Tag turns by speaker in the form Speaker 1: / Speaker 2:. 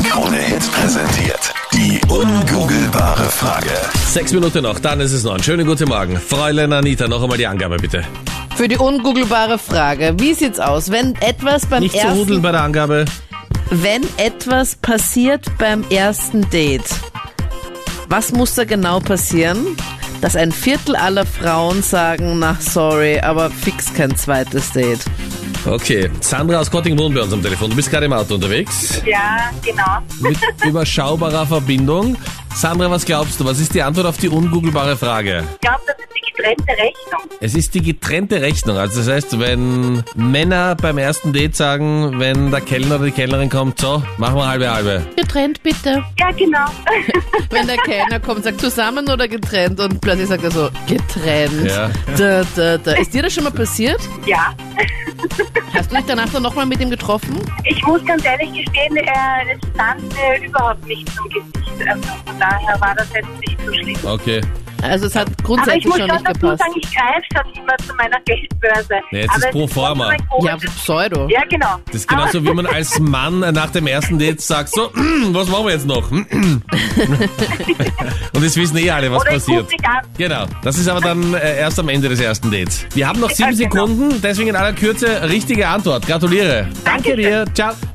Speaker 1: Hit präsentiert die ungoogelbare Frage.
Speaker 2: Sechs Minuten noch, dann ist es neun. Schönen guten Morgen. Fräulein Anita, noch einmal die Angabe bitte.
Speaker 3: Für die ungooglebare Frage, wie sieht's aus, wenn etwas beim
Speaker 2: Nicht zu
Speaker 3: ersten
Speaker 2: rudeln bei der Angabe.
Speaker 3: wenn etwas passiert beim ersten Date? Was muss da genau passieren, dass ein Viertel aller Frauen sagen, na sorry, aber fix kein zweites Date?
Speaker 2: Okay, Sandra aus Kotting wohnt bei uns am Telefon. Du bist gerade im Auto unterwegs.
Speaker 4: Ja, genau.
Speaker 2: Mit überschaubarer Verbindung. Sandra, was glaubst du? Was ist die Antwort auf die ungoogelbare Frage?
Speaker 4: Ich glaube, das ist die getrennte Rechnung.
Speaker 2: Es ist die getrennte Rechnung. Also das heißt, wenn Männer beim ersten Date sagen, wenn der Kellner oder die Kellnerin kommt, so, machen wir halbe halbe.
Speaker 3: Getrennt bitte.
Speaker 4: Ja, genau.
Speaker 3: Wenn der Kellner kommt, sagt zusammen oder getrennt und plötzlich sagt er so, getrennt.
Speaker 2: Ja.
Speaker 3: Da, da, da. Ist dir das schon mal passiert?
Speaker 4: ja.
Speaker 3: Hast du dich danach dann nochmal mit ihm getroffen?
Speaker 4: Ich muss ganz ehrlich gestehen, äh, es stand mir überhaupt nicht zum Gesicht. Also von daher war das jetzt nicht so schlimm.
Speaker 2: Okay.
Speaker 3: Also es hat
Speaker 4: Aber ich
Speaker 3: grundsätzlich
Speaker 4: muss
Speaker 3: schon
Speaker 4: schon
Speaker 3: nicht
Speaker 4: dazu
Speaker 3: gepasst.
Speaker 4: sagen, ich greife schon immer zu meiner Geldbörse.
Speaker 2: Ja, jetzt
Speaker 4: Aber
Speaker 2: ist
Speaker 4: es
Speaker 2: pro forma.
Speaker 4: trotzdem ein komisches-
Speaker 3: Ja, so Pseudo.
Speaker 4: Ja, genau.
Speaker 2: Das ist genauso, wie man als Mann nach dem ersten Date sagt, so, "Mm, was machen wir jetzt noch? Und das wissen eh alle, was
Speaker 4: Oder ich
Speaker 2: passiert.
Speaker 4: rufe dich an.
Speaker 2: Genau, das ist aber dann äh, erst am Ende des ersten Dates. Wir haben noch sieben
Speaker 4: Ja, genau.
Speaker 2: Sekunden, deswegen in aller Kürze richtige Antwort. Gratuliere. Danke dir. Ciao.